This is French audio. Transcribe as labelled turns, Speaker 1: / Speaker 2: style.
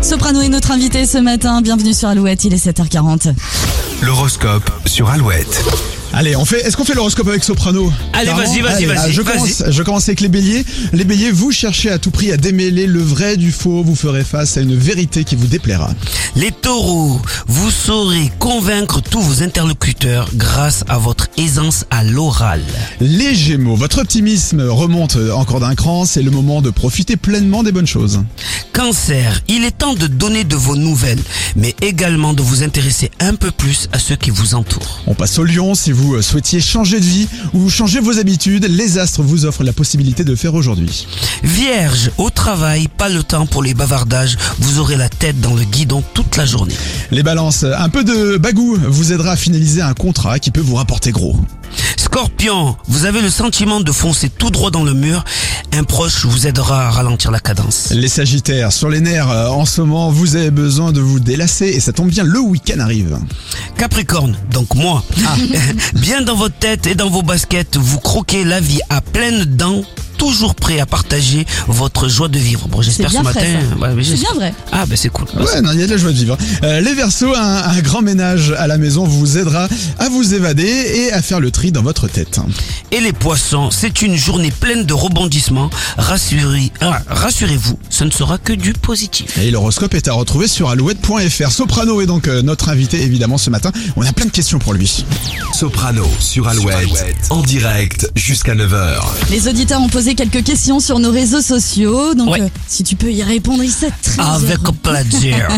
Speaker 1: Soprano est notre invité ce matin. Bienvenue sur Alouette, il est 7h40.
Speaker 2: L'horoscope sur Alouette.
Speaker 3: Allez, on fait. Est-ce qu'on fait l'horoscope avec Soprano
Speaker 4: Allez,
Speaker 3: Carrément
Speaker 4: vas-y, vas-y,
Speaker 3: Allez,
Speaker 4: vas-y,
Speaker 3: ah, Je
Speaker 4: vas-y.
Speaker 3: commence. Je commence avec les Béliers. Les Béliers, vous cherchez à tout prix à démêler le vrai du faux. Vous ferez face à une vérité qui vous déplaira.
Speaker 4: Les taureaux, vous saurez convaincre tous vos interlocuteurs grâce à votre aisance à l'oral.
Speaker 3: Les Gémeaux, votre optimisme remonte encore d'un cran. C'est le moment de profiter pleinement des bonnes choses.
Speaker 4: Cancer, il est temps de donner de vos nouvelles, mais également de vous intéresser un peu plus à ceux qui vous entourent.
Speaker 3: On passe au Lion. Si vous euh, souhaitiez changer de vie ou changer vos habitudes, les astres vous offrent la possibilité de le faire aujourd'hui.
Speaker 4: Vierge, au travail, pas le temps pour les bavardages, vous aurez la tête dans le guidon toute la journée.
Speaker 3: Les Balances, un peu de bagou vous aidera à finaliser un contrat qui peut vous rapporter gros.
Speaker 4: Scorpion, vous avez le sentiment de foncer tout droit dans le mur, un proche vous aidera à ralentir la cadence.
Speaker 3: Les Sagittaires, sur les nerfs, euh, en ce moment, vous avez besoin de vous délasser et ça tombe bien, le week-end arrive.
Speaker 4: Capricorne, donc moi,
Speaker 1: Ah.
Speaker 4: bien dans votre tête et dans vos baskets, vous croquez la vie à pleines dents, toujours prêt à partager votre joie de vivre. Bon, j'espère ce
Speaker 1: bien
Speaker 4: matin.
Speaker 1: vrai, ça.
Speaker 4: ouais, mais
Speaker 1: C'est
Speaker 4: j'espère-
Speaker 1: bien vrai.
Speaker 4: Ah, ben c'est cool.
Speaker 3: Ouais, non, il y a de la joie de vivre. Euh, les Verseaux, un, un grand ménage à la maison vous aidera à vous évader et à faire le tri dans votre tête.
Speaker 4: Et les poissons, c'est une journée pleine de rebondissements. Rassurez- ah, Rassurez-vous, ce ne sera que du positif.
Speaker 3: Et l'horoscope est à retrouver sur alouette.fr. Soprano est donc euh, notre invité, évidemment, ce matin. On a plein de questions pour lui.
Speaker 2: Soprano sur Alouette. En direct jusqu'à 9h.
Speaker 1: Les auditeurs ont posé quelques questions sur nos réseaux sociaux, donc
Speaker 4: Ouais. Ah,
Speaker 1: euh, si tu peux y répondre, il serait très
Speaker 4: Avec
Speaker 1: heureux.
Speaker 4: plaisir.